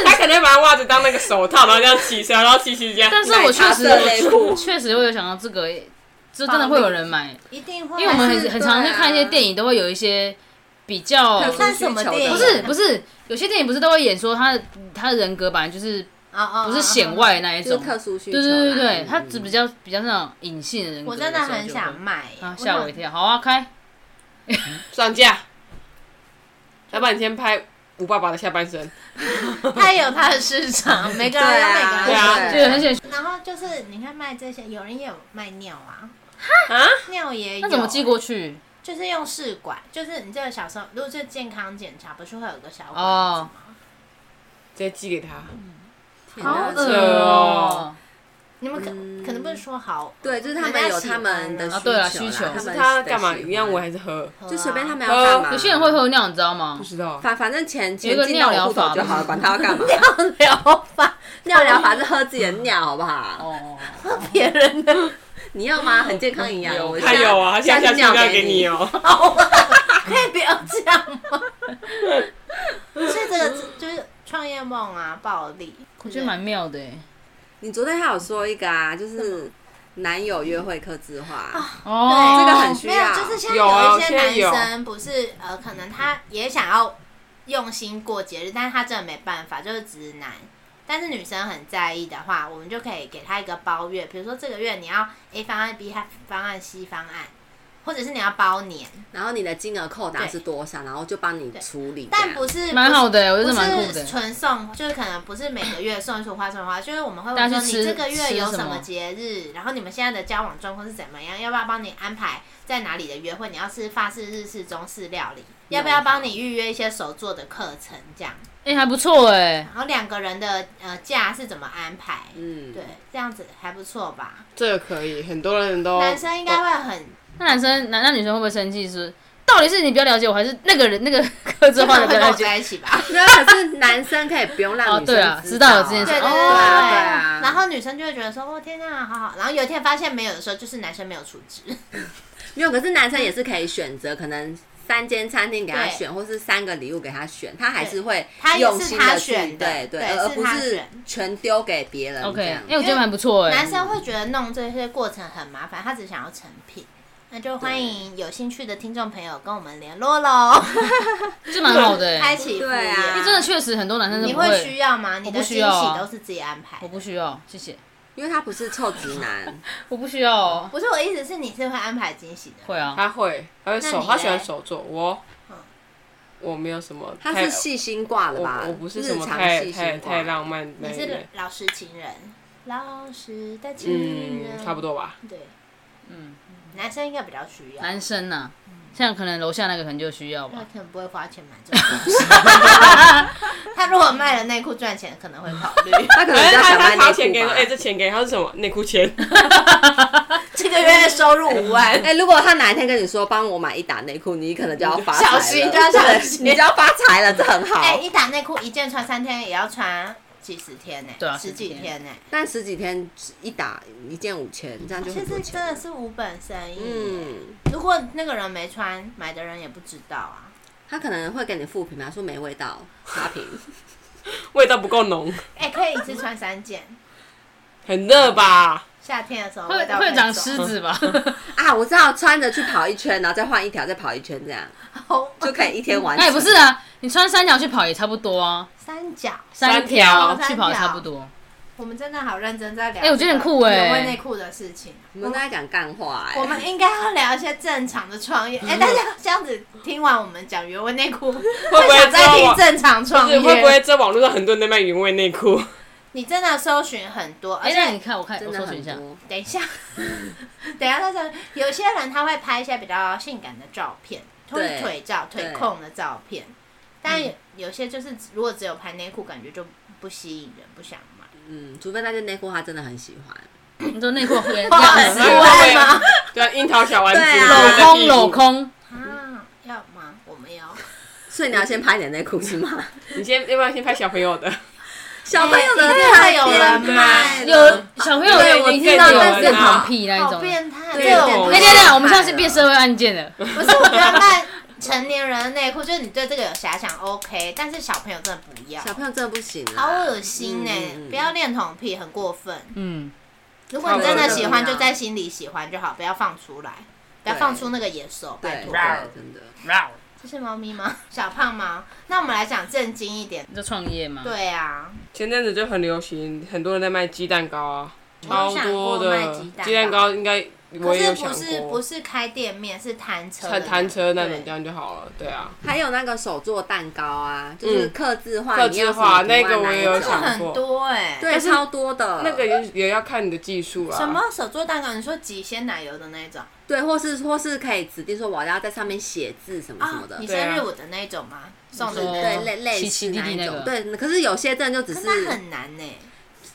S2: 他可能把袜子当那个手套，然后这样起身，然后起起这样。
S4: *laughs* 但是我确实
S1: 奶茶色内裤
S4: 确实会有想到这个，欸就真的会有人买，
S3: 一定会。
S4: 因为我们很
S1: 对啊
S4: 很常去看一些电影，都会有一些比较
S1: 特殊啊
S3: 看什么电影
S4: 不是不是，有些电影不是都会演说他的他的人格本来就是
S3: 啊啊，
S4: 不是显外的那一
S1: 就是
S4: 种，
S1: 特殊需求
S4: 对
S1: 啦。
S4: 对对对，
S1: 嗯
S4: 他只比较比较那种隐性的人格
S3: 我
S4: 的时候
S3: 真
S4: 就
S3: 的
S4: 会。
S3: 很想卖耶
S4: 啊，吓我一。
S3: *laughs*
S4: 跳！好啊，开
S2: 上架，老板，你先拍吴爸爸的下半身，
S3: 想他有他的市场，每个
S1: 对
S3: 人有每
S1: 啊
S3: 个人的市
S2: 对
S4: 就很显。
S3: 场。然后就是你看卖这些，有人也有卖尿啊，
S2: 啊，
S3: 尿也有。
S4: 那怎么寄过去？
S3: 就是用试管，就是你这个小时候，如果是健康检查，不是会有个小管子吗？
S4: 哦
S2: 直接寄给他。
S1: 天哪
S2: 恶哦！
S3: 你们可、
S1: 嗯
S3: 可能不是说好，
S1: 对，就是他们有他们的
S3: 人
S1: 需求
S3: 家
S4: 啊
S1: 啦，
S4: 对啦需求
S1: 他
S4: 可
S1: 们
S2: 他
S1: 的
S2: 干嘛
S1: 喜欢
S2: 一样？我还是喝，
S1: 就随便他们要
S2: 呃
S1: 干嘛。
S4: 有些人会喝尿，你知道吗
S2: 不？知道。啊
S1: 反反正钱
S4: 有一
S1: 钱
S4: 个
S1: 进到
S4: 尿
S1: 我户
S4: 疗
S1: 头
S4: 法
S1: 就好了，
S4: 的
S1: 管他要干
S4: *laughs*
S1: 嘛。
S3: 疗法，
S1: 尿疗法是喝自己的尿，好不好？
S4: 哦，
S3: 别人的
S1: 你要吗？很健康营养，我
S2: 他有啊，他下
S1: 下
S2: 下
S1: 次
S2: 次要
S1: 尿
S2: 给你
S1: 你。
S2: 哦。
S3: 呃可以不要这样吗？ *laughs* 所以这个就是创业梦啊，暴力，
S4: 我觉得蛮妙的欸
S1: 你昨天还有说一个啊，就是男友约会克制化，
S4: 哦，
S1: 这个很需
S3: 没有，
S1: 要
S3: 就是现在
S2: 有啊
S3: 有一些
S2: 现在有
S3: 男生不是呃，可能他也想要用心过节日，但是他真的没办法，就是直男。但是女生很在意的话，我们就可以给他一个包月，比如说这个月你要 A 方案、B 方案、C 方案，或者是你要包年，
S1: 然后你的金额扣打是多少，然后就帮你处理这样。
S3: 但不是
S4: 蛮好的欸，我觉
S3: 不
S4: 得
S3: 是
S4: 蛮酷的。
S3: 纯送，就是可能不是每个月送一束花送一束花，就是我们会
S4: 大
S3: 问
S4: 家
S3: 说
S4: 去
S3: 你
S4: 吃
S3: 这个月有
S4: 吃什
S3: 什
S4: 么
S3: 么节日，然后你们现在的交往状况是怎么样，要不要帮你安排在哪里的约会？你要吃法式、日式、中式料理，要不要帮你预约一些手做的课程这样？
S4: 哎，还不错哎，
S3: 然后两个人的呃假是怎么安排？
S1: 嗯，
S3: 对，这样子还不错吧？
S2: *laughs* 这个可以，很多人
S4: 哦
S2: 都
S3: 男生应该会很
S4: 那男生男那女生会不会生气？是到底是你比较了解我，还是那个人那个克制化
S3: 会
S4: 的比
S3: 跟
S4: 较
S3: 我
S4: 了解？
S3: 在一起吧？
S1: 没有，可是男生可以不用让
S4: 哦
S1: 女
S4: 对啊
S1: 生
S4: 知道
S1: 道
S4: 有这件事
S3: *laughs* 对对对
S4: 哦
S3: 对
S1: 对啊对啊
S3: 然后女生就会觉得说，哦天哪，好好。然后有一天发现没有的时候，就是男生没有出职。
S1: 没有，可是男生也是可以选择，可能三间餐厅给他
S3: 对
S1: 选，或是三个礼物给他选，他还
S3: 对
S1: 是会
S3: 他也
S1: 用
S3: 是
S1: 心
S3: 他
S1: 的去
S3: 选的
S1: 对对，
S3: 对
S1: 而而
S3: 是
S1: 不
S3: 他
S1: 是
S3: 选
S1: 全丢给别人。
S4: OK，
S1: 这样
S4: 哎、我觉得蛮不错哎、
S3: 男生会觉得弄这些过程很麻烦，他只想要成品。那就欢迎有兴趣的听众朋友跟我们联络喽，
S4: 是蛮好的、
S3: 开
S4: 哎，
S3: 启副
S1: 对啊
S3: 业
S1: 因为
S4: 真的确实很多男生都
S3: 你
S4: 不
S3: 会需要吗？你
S4: 不
S3: 的
S4: 需
S3: 惊
S4: 要啊
S3: 喜都是自己安排
S4: 我
S3: 的。
S4: 不需要，谢谢，
S1: 因为他不是臭直
S2: *laughs*
S1: 男，
S4: 我不需要哦，
S3: 不是我意思是你是会安排惊喜的，
S4: 会啊，
S2: 他会，他会
S3: 那
S2: 手，
S3: 你
S2: 他喜欢
S3: 嘞
S2: 手做。我，我没有什么
S1: 他
S2: 太，
S1: 是细心挂了
S2: 我
S1: 吧？
S2: 我不是什
S1: 日
S2: 么
S1: 常
S2: 太
S1: 细
S2: 太
S1: 心挂
S2: 太浪漫的
S3: 你
S2: 人
S3: 是，老实情人，老实的情人，
S2: 嗯，差不。多吧。
S3: 对，
S4: 嗯，
S3: 男生应该比较需要，
S4: 男生呐、像可能楼下那个可能就需要
S3: 他
S4: 吧，
S3: 可能不会花钱买这种东
S4: *laughs*
S3: 西。他如果卖了内裤赚钱，可能会考虑。
S1: 他可能
S2: 反
S1: 比较
S2: 正哎他
S1: 想
S2: 他
S1: 卖
S2: 掏
S1: 内
S2: 钱给
S1: 裤
S2: 你
S1: 吧
S2: 说，哎，。这钱给他是什么？内裤钱。 *laughs*
S3: 这个月收入五 *laughs* 万，
S1: 哎、如果他哪一天跟你说帮我买一打内裤，你可能就要发财了，
S3: 小心就要小心
S1: 对你就要发财了，这很好。
S3: *laughs* 哎、一打内裤一件穿三天，也要穿几十天呢、
S4: 对啊
S3: 十
S4: 十几
S3: 几天呢、
S1: 但十几天一打一件五千，这样就
S3: 其
S1: 很
S3: 实
S1: 多
S3: 真
S1: 钱。
S3: 的是无本生意。
S1: 嗯，
S3: 如果那个人没穿，买的人也不知道啊。
S1: 他可能会给你复评啊嘛，说没味道，差评。
S2: 味道不够浓，
S3: 哎、可以一次穿三件，
S2: 很热吧？
S3: 夏天的时候
S4: 会
S3: 味道
S4: 会
S3: 更
S4: 长
S3: 重 *laughs*
S4: 虱子吧？
S1: *laughs*
S4: *laughs*
S1: 啊，我知道，穿着去跑一圈，然后再换一条，再跑一圈，这
S4: *laughs*
S1: 样
S3: 好
S1: 就可以一天完
S4: 那
S1: 成。
S4: 也不是啊，你穿三条去跑也差不多啊，
S3: 三角。
S4: 三
S2: 三条
S4: 去跑也差不多。
S3: 我们真的好认真在聊这个。
S4: 哎我觉得很酷哎
S3: 有关内裤的事情。啊
S1: 我们都在讲干话哎、
S3: 我们应该要聊一些正常的创业。哎、大家这样子听完我们讲原味内裤，
S2: 会不
S3: 会
S2: 会
S3: 想
S2: 这
S3: 再听
S2: 网？
S3: 正常
S2: 不
S3: 创业？
S2: 是会不会在网络上很多人在卖原味内裤？
S3: 你真的搜寻很多，而
S4: 哎、
S3: 且、
S4: 那你看，我看
S1: 真
S4: 我
S1: 的
S4: 搜寻
S1: 很
S4: 一下，
S1: 多。
S3: 等一下， *laughs* 等一下，但是有些人他会拍一些比较性感的照片，或是
S1: 对
S3: 腿照、腿
S1: 对
S3: 控的照片，但
S4: 嗯
S3: 有有些就是如果只有拍内裤，感觉就不吸引人，不想买。
S1: 嗯，除非那件内裤他真的很喜欢。
S4: 你说内裤会
S3: 哇
S4: 样
S3: 十
S4: 子
S2: 会不会
S3: 万吗？
S2: *laughs* 对，樱桃小丸子，
S1: 对啊
S2: 然后
S4: 镂
S2: 在
S4: 空
S2: 屁股
S4: 镂。空，
S1: 嗯
S3: 啊，要吗？我们要。
S1: 所以你要先拍你的内裤是
S3: *laughs*
S1: 吗？
S2: 你先要不要先拍小朋友的？
S1: 小朋友的
S3: 哎一定
S1: 太
S3: 会有
S1: 变
S3: 人
S1: 态
S3: 买
S1: 了
S4: 有小朋友
S2: 对
S4: 有
S2: 我
S4: 你
S2: 记得
S4: 听到
S2: 有
S4: 那
S2: 人
S4: 变
S2: 啊
S4: 糖屁那一
S3: 好
S4: 种的。
S3: 变态！啊
S1: 对
S3: 这个
S1: 有
S3: 我
S1: 点
S4: 哎，
S1: 变
S4: 对
S1: 态
S4: 对，我们像是变社会案件了。
S3: 不是，我觉得卖成年人的内裤，就是你对这个有遐想，OK，但是小朋友真的不要，
S1: 小朋友真的不行啊啦，
S3: 好恶心呢、欸
S1: 嗯嗯嗯
S3: 不要恋童癖，很过分。
S4: 嗯，
S3: 如果你真的喜欢，就在心里喜欢就好，不要放出来，不要放出那个野兽，拜
S1: 对
S3: 托。
S1: 对，真的。
S3: 这是猫咪吗？ *laughs* 小胖猫。那我们来讲正经一点。
S4: 你在创业
S2: 嗯
S4: 吗？
S3: 对啊，
S2: 前阵子就很流行，很多人在卖鸡蛋糕啊，
S3: 我
S2: 超
S3: 有想
S2: 多
S3: 过卖
S2: 的
S3: 鸡蛋糕
S2: 鸡蛋糕应该
S3: 可
S2: 我也
S3: 是
S2: 有
S3: 不
S2: 想
S3: 是不
S2: 过，
S3: 是开店面，是摊车
S2: 摊
S3: 的那种。
S2: 摊车那种
S3: 对
S2: 这样就好了，对啊，
S1: 还有那个手做蛋糕啊，就是刻字化，
S2: 嗯刻
S1: 你要
S2: 字
S1: 什么
S2: 化
S1: 图案
S2: 那个我
S1: 哪一
S2: 也有
S1: 种
S2: 想过
S3: 很多哎、
S1: 对，超多的
S2: 那个也也要看你的技术啦。
S3: 什？么手做蛋糕？你说挤鲜奶油的那种
S1: 对，或是或是可以指定说我要在上面写字什么什么的，
S3: 你
S2: 对
S3: 生
S2: 啊
S3: 日我的那种吗？送
S4: 说
S3: 的那
S1: 对
S3: 种，
S1: 类类
S4: 奇
S1: 似
S4: 奇弟
S1: 那
S4: 弟
S1: 一
S4: 那
S1: 种，
S4: 个
S1: 对。可是有些证就只
S3: 可
S1: 是
S3: 是，那很难呢、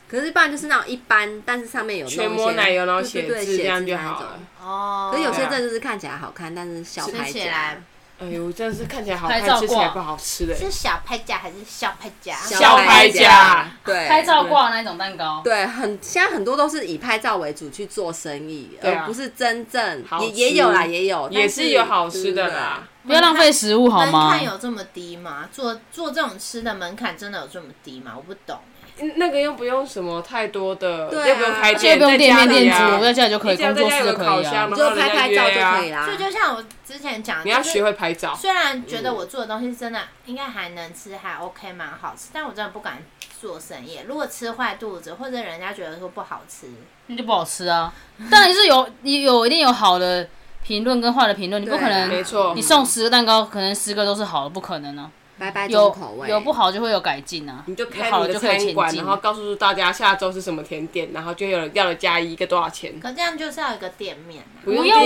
S1: 可是不然就是那种一般，但是上面有弄一些
S2: 全抹奶油然后
S1: 对
S2: 写
S1: 对对
S2: 字
S1: 写
S2: 这样就
S1: 那
S2: 好
S1: 种
S2: 了。
S3: 哦，啊
S1: 可是有些
S2: 对啊
S1: 证就是看起来好看，但是小
S3: 吃
S1: 牌
S3: 起来
S1: 夹。
S2: 哎呦，真的是看起来好
S4: 拍照
S2: 看，
S4: 挂
S2: 吃起来不好吃的。
S3: 是小拍夹还是小拍夹？
S2: 小牌夹，
S1: 对，
S4: 拍照挂那种蛋糕，
S1: 对，很现在很多都是以拍照为主去做生意，
S2: 对
S1: 而
S2: 啊
S1: 不是真正
S2: 好
S1: 也也有啦，
S2: 吃
S1: 也有
S2: 也
S1: 但
S2: 是有好吃的啦。
S4: 不要浪费食物好
S3: 门
S4: 吗
S3: 槛？有这么低吗？做做这种吃的门槛真的有这么低吗？我不懂欸、
S2: 嗯那个又不用什么太多的，
S1: 对啊
S2: 又不用开
S4: 这
S2: 店，
S4: 不用店面
S2: 在
S4: 店
S2: 家里
S4: 主，
S2: 啊
S4: 在家里就可以，
S2: 你只要
S4: 工作
S2: 在家
S4: 室
S2: 有
S4: 就
S2: 个
S4: 可
S2: 烤
S4: 以啊
S2: 箱。
S1: 你
S2: 然
S1: 就
S2: 后
S1: 拍
S2: 人家
S1: 拍
S2: 约
S1: 照就
S2: 啊
S1: 可以啦。
S3: 所以就像我之前讲，
S2: 你要
S3: 就是
S2: 学会拍照。
S3: 虽然觉得我做的东西真的应该还能吃，还 OK，蛮好吃，但我真的不敢做生意。如果吃坏肚子，或者人家觉得说不好吃，
S4: 那就不好吃啊。当然是有你有一定有好的评论跟坏的评论，你不可
S1: 对啊
S4: 能
S2: 没错
S4: 你，送十个蛋糕，可能十个都是好的，不可能啊。
S1: 拜拜重
S4: 有
S1: 口味，
S4: 有不好就会有改进啊，
S2: 你就
S4: 有
S2: 开
S4: 好
S2: 你
S4: 的
S2: 的
S4: 就可以
S2: 餐
S4: 前
S2: 馆，
S4: 进
S2: 然。后告诉大家下周是什么甜点，然后就有人要了加一个多少钱。
S3: 可这样就是要有一个店面啊、
S2: 不用
S4: 用
S1: 啊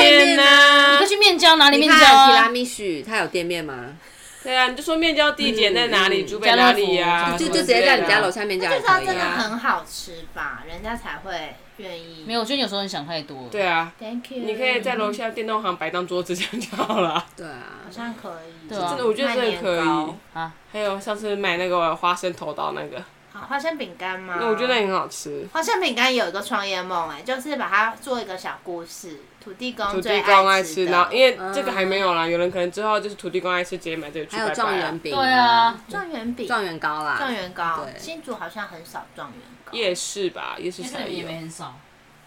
S2: 店
S4: 你
S2: 呐
S4: 可以，去面啊交哪里
S1: 你
S4: 面
S1: 看
S4: 交
S1: 提拉
S4: 啊？
S1: 米许，它有店面吗？
S2: 对啊，你就说面交地点在哪里，
S1: 嗯
S2: 主北哪里呀？
S1: 就
S4: 什么
S1: 就
S4: 之
S1: 直接在你家楼
S2: 下。
S1: 下面家
S3: 就
S1: 也
S3: 是要
S1: 可
S3: 真
S1: 以
S3: 的
S1: 啊。
S3: 很好吃吧，人家才会愿意。
S4: 没有，我觉得有时候你想太多了。
S2: 对啊，
S3: ，Thank you。
S2: 你可以在楼下电动行摆张桌子这样就好了。
S1: 对啊
S3: 好，像可以，
S4: 对啊
S2: 真的，我觉得真的可
S3: 嗯卖年糕
S2: 以。
S4: 啊，
S2: 还有上次买那个花生头刀那个，
S3: 好，花生饼干吗？
S2: 那我觉得那也很好吃。
S3: 花生饼干有一个创业梦，哎，就是把它做一个小故事，土地公
S2: 土
S3: 嗯最
S2: 地公爱
S3: 吃
S2: 吃，
S3: 的。
S2: 然后因为这个还没有啦，有人可能之后就是土地公爱吃，直接买这个去
S1: 还有
S2: 拜
S1: 状
S2: 拜
S1: 元
S2: 啊。
S1: 饼，
S4: 对，啊，
S3: 状元饼、
S1: 状元糕啦，
S3: 状元糕，
S1: 对
S3: 新竹好像很少状元糕。
S2: 夜市吧，夜市
S4: 其实
S2: 才
S4: 也
S2: 有，
S4: 没很少。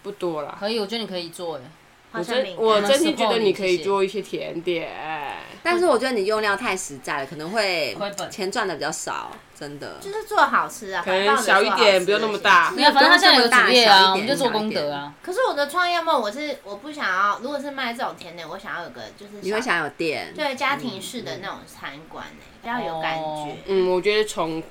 S2: 不多啦。
S4: 可以，我觉得你可以做哎。
S3: 花
S2: 我
S3: 生
S2: 真
S3: 饼
S2: 我
S3: 干，
S2: 真心觉得你可以做一些甜点，
S1: 但是我觉得你用料太实在了，可能会
S4: 亏本
S1: 钱赚的比较少，真的。
S3: 就是做好吃啊，
S2: 可能
S3: 把报纸
S2: 小一
S3: 做好
S2: 点
S3: 吃
S2: 不用
S3: 的
S2: 那么
S3: 形
S2: 大
S1: 嗯
S4: 没有，反正他现在有个主业
S1: 小一点
S4: 啊，我们就做
S1: 小一
S4: 功
S1: 点
S4: 德啊。
S3: 可是我的创业梦，我是我不想要，如果是卖这种甜点，我想要有个就是
S1: 你会想有店，
S3: 对家庭式
S2: 嗯
S3: 的那种餐馆呢、比较有感
S4: 哦
S3: 觉。
S2: 嗯，我觉得从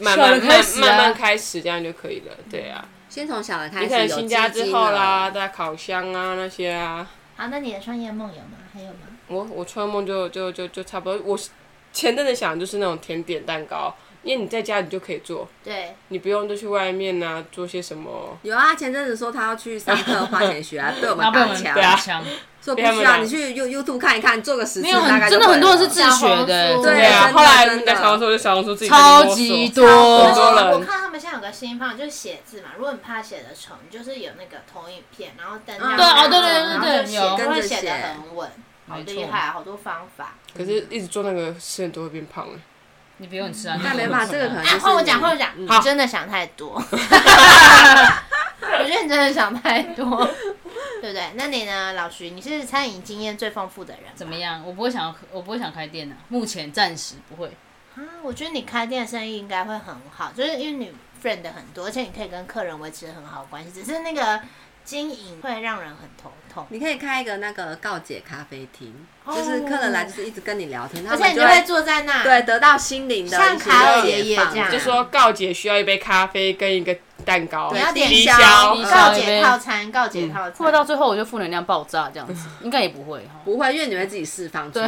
S2: 慢
S4: 小
S2: 慢
S4: 的开
S2: 慢
S4: 始啊
S2: 慢慢开始这样就可以了，对啊。
S1: 先从小的开
S2: 你
S1: 始。
S2: 可能
S1: 有
S2: 新家
S1: 基
S2: 之
S1: 金啊
S2: 后
S1: 了
S2: 啦，，大家烤箱啊那些啊，
S3: 好，那你的创业梦有吗？还有吗？
S2: 我我春梦就就就就差不多。我前阵子想的就是那种甜点蛋糕，因为你在家里就可以做，
S3: 对，
S2: 你不用就去外面啊做些什么。
S1: 有啊，前阵子说他要去上课花钱学啊，被我
S4: 然
S1: 们
S4: 后被我
S1: 打
S4: 们
S1: 枪，
S4: 打枪，
S1: 说不
S2: 被他们
S1: 需要，
S2: 打
S1: 你去 You YouTube 看一看，做个实
S4: 没
S1: 测
S4: 有
S1: 大概
S4: 很
S1: 就
S4: 真的
S1: 会
S4: 很多人是
S1: 了
S4: 自学的，
S3: 小红书
S1: 对
S2: 啊，
S1: 真的
S2: 后来
S1: 真的
S2: 你在小红书我就小红书自己在那边
S4: 超
S2: 摸索
S4: 级
S2: 很
S3: 而且
S2: 多人
S3: 哦我看他们现在有个新方法，就是写字嘛。如果你怕写的丑，你就是有那个投影片，然后灯这样
S1: 对
S3: 打
S1: 哦
S4: 嗯对对对
S3: 然后
S4: 对
S3: 就
S4: 有
S3: 写，就
S1: 跟
S3: 会
S1: 着
S3: 写的
S1: 写
S3: 很稳，好
S4: 没错
S3: 厉害，好多方法。
S2: 可是一直做那个吃很多会变胖哎。
S4: 你不用吃啊。
S1: 那没办法，这个可能
S3: 啊
S1: 就是
S3: 换我讲，
S1: 你
S3: 换我讲，
S4: 嗯
S3: 你
S2: 好
S3: 真的想太多。
S4: *laughs*
S3: 我觉得你真的想太多，对不对？那你呢，老徐？你是餐饮经验最丰富的人吧，
S4: 怎么样？我不会想要，我不会想开店的、目前暂时不会。
S3: 啊？我觉得你开店生意应该会很好，就是因为你 friend 很多，而且你可以跟客人维持很好的关系。只是那个经营会让人很头痛，
S1: 你可以开一个那个告解咖啡厅，
S3: 哦
S1: 就是客人来就是一直跟你聊天，他
S3: 而且
S1: 们
S3: 你
S1: 就
S3: 就会
S1: 会
S3: 坐在那，
S1: 对得到心灵的
S3: 像
S1: 一些
S3: 卡尔
S1: 解
S3: 爷爷
S1: 放
S4: 嗯
S3: 这样
S2: 就说告解需要一杯咖啡跟一个蛋糕，
S3: 你要点
S2: 低
S1: 消
S2: 消
S1: 低
S2: *laughs*
S1: 消
S3: 告
S4: 一杯
S3: 解套餐，告解套
S4: 会不会
S3: 餐。
S4: 到最后我就负能量爆炸这样子？应该也不会哈。
S1: 不会，因为你会自己释放出来。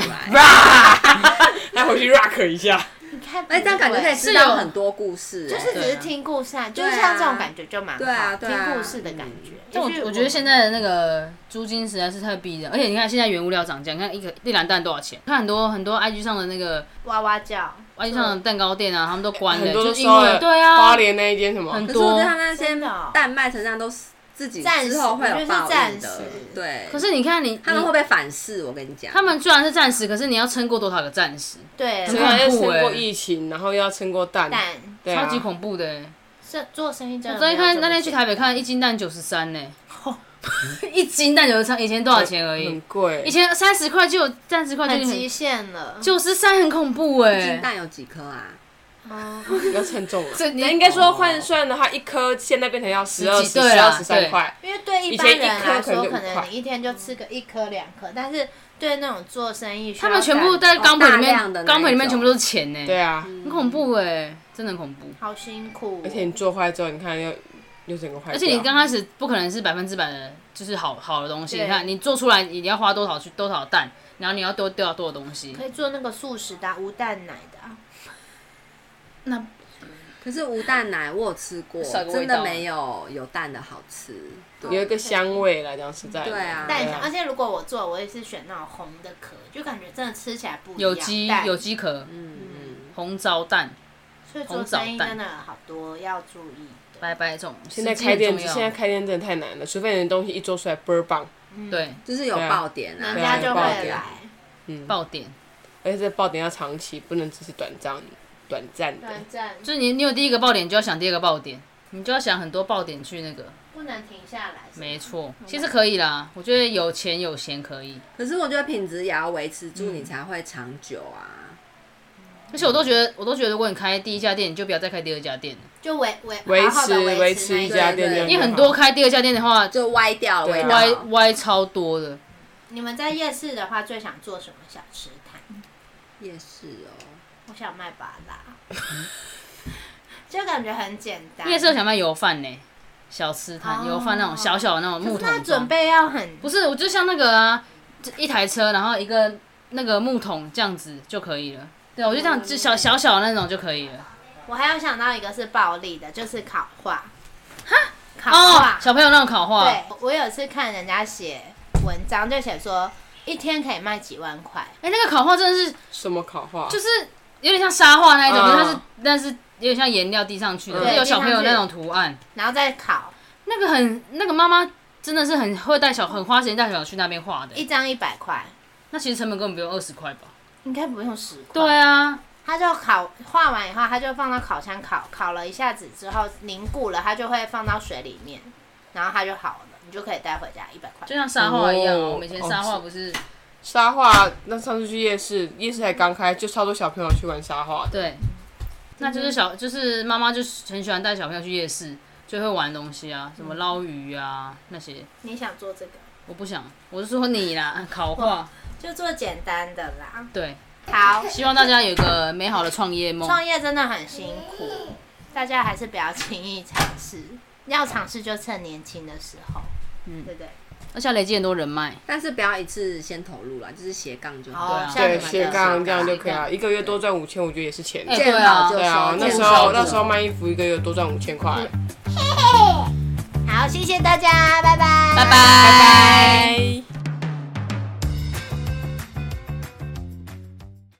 S2: 还回去 rock 一下。
S3: 你看不会，
S1: 哎，这样感觉可以知
S4: 是
S1: 道
S4: 有
S1: 很多故事，
S3: 就
S1: 哎
S3: 是只
S4: 对
S3: 是
S4: 啊
S3: 听故事啊，就是
S1: 对啊
S3: 像这种感觉就蛮好，
S1: 对啊对啊
S3: 听故事的感觉。
S4: *laughs* 嗯但我
S3: 也许
S4: 我觉得现在的那个租金实在是太逼人，而且你看现在原物料涨价，你看一个一篮蛋多少钱？看很多很多 IG 上的那个
S3: 哇哇叫，
S4: IG 上的蛋糕店啊，他们都关了，
S2: 很多
S4: 就
S2: 都
S4: 是因
S2: 收
S4: 为
S2: 了，
S4: 对
S2: 花
S4: 啊，
S2: 莲那一间什么
S4: 很
S1: 可是我觉
S4: 多
S1: 得他那些
S3: 真的哦
S1: 蛋卖成这样都是自己
S3: 暂时
S1: 之后会
S3: 我觉
S1: 有
S3: 得是
S1: 报应
S3: 暂
S1: 的
S3: 时，
S1: 对。
S4: 可是你看你
S1: 他们
S4: 你
S1: 会被反噬，我跟你讲。
S4: 他们虽然是暂时，可是你要撑过多少个暂时？
S3: 对，
S2: 所以
S4: 很
S2: 啊要
S4: 恐
S2: 撑
S4: 怖欸
S2: 过疫情，然后又要撑过蛋，
S3: 蛋
S2: 对
S4: 超
S2: 啊，
S4: 级恐怖的、欸。
S3: 是做生意真
S4: 我
S3: 的
S4: 昨
S3: 没有
S4: 天
S3: 这么简单。
S4: 看那天去台北看一斤蛋九十三呢，一斤蛋九十三，以前多少钱而
S2: 很
S4: 已？
S2: 贵
S4: 以。前三十块就有三十块就
S3: 很
S4: 已经
S3: 极
S4: 很
S3: 限了，
S4: 九十三很恐怖哎、
S1: 金蛋有几颗啊？
S3: 哦
S2: 要称重了。
S4: 这你
S2: 应该说换算的话，一颗现在变成要十二、
S4: 十
S2: 十
S4: 几对
S2: 二、
S4: 啦
S2: 十三块。
S3: 因为对一
S2: 以
S3: 般
S2: 前一
S3: 人
S2: 颗
S3: 来
S2: 可能
S3: 说，
S2: 就
S3: 可
S2: 五块
S3: 能你一天就吃个一颗两颗，但是对那种做生意，
S4: 他们全部在
S1: 哦
S4: 钢盆里
S1: 大量的那
S4: 面，钢盆里面
S1: 一种
S4: 全部都是钱呢、
S2: 对啊，
S4: 很恐怖哎、真的很恐怖。
S3: 好辛苦哦，
S2: 而且你做坏之后，你看又又整个坏掉。
S4: 而且你刚开始不可能是百分之百的，就是好好的东西。
S3: 对
S4: 你看你做出来，你要花多少去多少蛋，然后你要多掉多少东西。
S3: 可以做那个素食的啊无蛋奶的啊，
S4: 那
S1: 可是无蛋奶我有吃过，
S4: 少个味
S1: 真
S4: 道啊
S1: 的没有有蛋的好吃。对
S2: 有一个香味啦，讲实在的。
S1: 对啊
S3: 蛋
S2: 对
S3: 香。而且如果我做，我也是选那种红的壳，就感觉真的吃起来不一样。
S4: 有机
S3: 蛋
S4: 有，机壳，
S1: 嗯，
S4: 红糟蛋，
S3: 所以做生意真的好多要注意的。
S4: 拜拜这种。
S2: 现在
S4: 时机
S2: 开店，
S4: 很重要
S2: 现在开店真的太难了，除非你的东西一做出来倍儿棒，
S4: 对
S1: 就是有爆点啊，
S3: 嗯人
S2: 对
S1: 对
S2: 啊
S3: 家就会
S2: 爆点
S3: 来，
S2: 嗯
S4: 爆点，
S2: 而且这爆点要长期，不能只是短暂、短暂的。
S3: 短暂
S4: 就是你你有第一个爆点，你就要想第二个爆点，你就要想很多爆点去那个。
S3: 不能停下来。是吗
S4: 没，错，其实可以啦，我觉得有钱有闲可以。
S1: 可是我觉得品质也要维持住，你才会长久啊。
S4: 而且我都觉得，我都觉得，如果你开第一家店，你就不要再开第二家店了，
S3: 就维维
S2: 维
S3: 好好地
S2: 持维持
S3: 那
S2: 一家
S3: 个
S2: 店这样就好，
S1: 对
S4: 因为很多开第二家店的话，就
S1: 就歪掉了味
S2: 对啊
S1: 道
S4: 歪。歪超多的。
S3: 你们在夜市的话，最想做什么小吃摊？
S1: 也是哦，
S3: 我想卖巴拉，
S4: *laughs*
S3: 就感觉很简单。
S4: 夜市有想卖油饭呢，小吃摊
S3: 哦
S4: 油饭那种小小的那种木
S3: 可
S4: 桶
S3: 是那
S4: 装，
S3: 准备要很
S4: 不是，我就像那个啊，这一台车，然后一个那个木桶这样子就可以了。对，我就这样，就小小小的那种就可以了。
S3: 我还有想到一个是暴力的，就是烤画，哈，烤
S4: 哦
S3: 画，。
S4: 小朋友那种烤画，
S3: 对，我有一次看人家写文章，就写说一天可以卖几万块，
S4: 哎、那个烤画真的是，
S2: 什么烤画，
S4: 就是有点像沙画那一种，
S2: 嗯
S4: 可是它是，但是有点像颜料滴上去的，
S2: 嗯
S4: 就是有小朋友
S3: 对滴
S4: 那
S3: 上
S4: 种
S3: 去
S4: 图案，
S3: 然后再烤，
S4: 那个很那个妈妈真的是很会带小很花时间带小去那边画的
S3: 一，张一百块，
S4: 那其实成本根本不用二十块吧？
S3: 应该不用十块。
S4: 对啊，
S3: 它就烤画完以后，它就放到烤箱烤，烤了一下子之后凝固了，它就会放到水里面，然后它就好了，你就可以带回家一百块
S4: 就。像沙画一样啊，
S2: 哦
S4: 我们以前沙画不是
S2: 沙画，那上次去夜市，夜市才刚开，就超多小朋友去玩沙画的。
S4: 对，那就是小就是妈妈就是很喜欢带小朋友去夜市，就会玩东西啊，什么捞鱼啊那些。
S3: 你想做这个，
S4: 我不想，我是说你啦， *laughs* 烤画。
S3: 就做简单的啦。
S4: 对，
S3: 好，
S4: 希望大家有一个美好的创业梦。
S3: 创业真的很辛苦，大家还是不要轻易尝试，要尝试就趁年轻的时候，
S4: 嗯
S3: 对不对？
S4: 而且要累积很多人脉，
S1: 但是不要一次先投入啦，就是斜杠就
S3: 哦
S1: 好。
S4: 啊
S3: 像
S2: 对，
S3: 你们的
S2: 斜杠这样就可以啊
S4: 斜
S2: 了，一个月多赚五千，我觉得也是钱。
S4: 哎
S1: 见
S4: 对
S1: 好
S4: 啊
S1: 就收，
S2: 对啊，那时
S1: 见好
S2: 候
S1: 就
S2: 那时候
S1: 收
S2: 卖衣服一个月多赚五千块。
S3: 好，谢谢大家，拜拜，
S4: 拜拜。